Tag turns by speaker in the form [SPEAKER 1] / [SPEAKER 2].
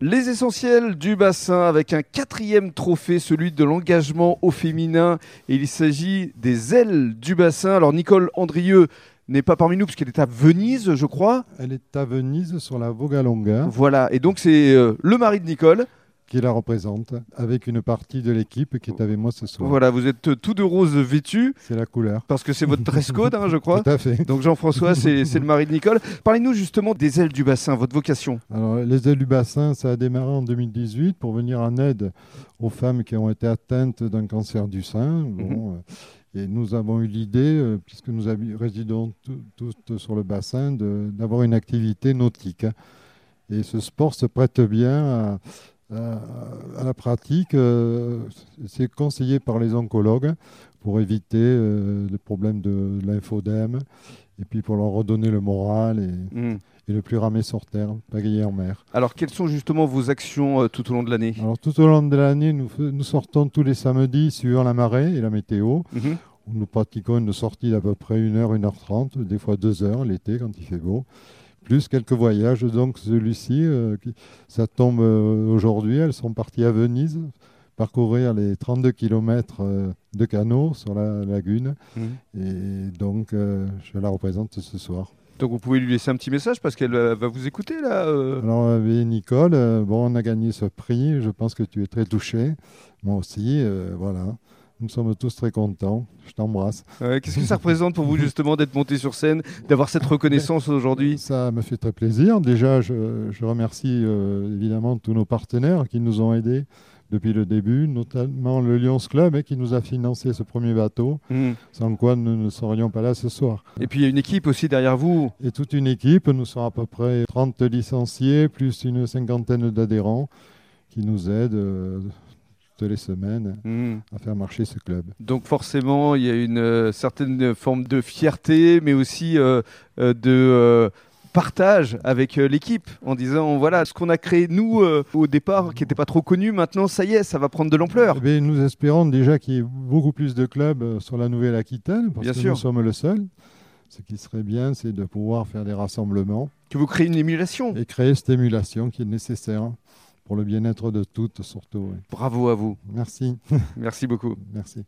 [SPEAKER 1] Les essentiels du bassin avec un quatrième trophée, celui de l'engagement au féminin. Et il s'agit des ailes du bassin. Alors Nicole Andrieux n'est pas parmi nous puisqu'elle est à Venise, je crois.
[SPEAKER 2] Elle est à Venise sur la Vogalonga
[SPEAKER 1] Voilà. Et donc c'est euh, le mari de Nicole.
[SPEAKER 2] qui la représente avec une partie de l'équipe qui est avec moi ce soir.
[SPEAKER 1] Voilà, vous êtes euh, tout de rose vêtu
[SPEAKER 2] C'est la couleur.
[SPEAKER 1] parce que c'est votre dress code, hein, je crois.
[SPEAKER 2] Tout à fait.
[SPEAKER 1] Donc Jean-François, c'est c'est le mari de Nicole. Parlez-nous justement des ailes du bassin, votre vocation.
[SPEAKER 2] Alors, les ailes du bassin, ça a démarré en 2018 pour venir en aide aux femmes qui ont été atteintes d'un cancer du sein. Bon, euh, et nous avons eu l'idée, euh, puisque nous habi- résidons tou- toutes sur le bassin, de- d'avoir une activité nautique. Et ce sport se prête bien à, à- à la pratique. euh, C'est conseillé par les oncologues pour éviter euh, les problèmes de l'infodème et puis pour leur redonner le moral et,
[SPEAKER 1] Hmm.
[SPEAKER 2] et le plus ramer sur terre, pagayer en mer.
[SPEAKER 1] Alors quelles sont justement vos actions euh, tout au long de l'année
[SPEAKER 2] Alors tout au long de l'année, nous, fais- nous sortons tous les samedis suivant la marée et la météo.
[SPEAKER 1] Mhm.
[SPEAKER 2] où Nous pratiquons une sortie d'à peu près 1h, 1h30, des fois 2h l'été quand il fait beau, plus quelques voyages. Donc celui-ci, euh, qui- ça tombe euh, aujourd'hui, elles sont parties à Venise parcourir les 32 km de canaux sur la lagune.
[SPEAKER 1] Mhm.
[SPEAKER 2] Et donc euh, je la représente ce soir.
[SPEAKER 1] Donc vous pouvez lui laisser un petit message parce qu'elle euh, va vous écouter là. euh.
[SPEAKER 2] Alors, euh, oui, Nicole, euh, bon, on a gagné ce prix. Je pense que tu es très touchée. Moi aussi, euh, voilà. Nous sommes tous très contents. Je t'embrasse.
[SPEAKER 1] Ouais, Qu'est-ce que ça représente pour vous justement d'être monté sur scène, d'avoir cette reconnaissance aujourd'hui
[SPEAKER 2] Ça me fait très plaisir. Déjà, je, je remercie euh, évidemment tous nos partenaires qui nous ont aidés depuis le début, notamment le Lions Club eh, qui nous a financé ce premier bateau,
[SPEAKER 1] Hmm.
[SPEAKER 2] sans quoi nous ne serions pas là ce soir.
[SPEAKER 1] Et puis il y a une équipe aussi derrière vous.
[SPEAKER 2] Et toute une équipe, nous sommes à peu près 30 licenciés, plus une cinquantaine d'adhérents qui nous aident euh, toutes les semaines.
[SPEAKER 1] Hmm.
[SPEAKER 2] à faire marcher ce club.
[SPEAKER 1] Donc forcément, il y a une euh, certaine forme de fierté, mais aussi euh, euh, de euh, partage avec euh, l'équipe, en disant voilà ce qu'on a créé nous euh, au départ, qui n'était pas trop connu, maintenant ça y est, ça va prendre de l'ampleur.
[SPEAKER 2] Eh bien, nous espérons déjà qu'il y ait beaucoup plus de clubs euh, sur la Nouvelle-Aquitaine, parce
[SPEAKER 1] Bien
[SPEAKER 2] que
[SPEAKER 1] sûr.
[SPEAKER 2] nous sommes le seul. Ce qui serait bien, c'est de pouvoir faire des rassemblements
[SPEAKER 1] Que vous créez une émulation.
[SPEAKER 2] et créer cette émulation qui est nécessaire pour le bien-être de toutes, surtout. oui.
[SPEAKER 1] Bravo à vous.
[SPEAKER 2] Merci,
[SPEAKER 1] Merci beaucoup.
[SPEAKER 2] merci.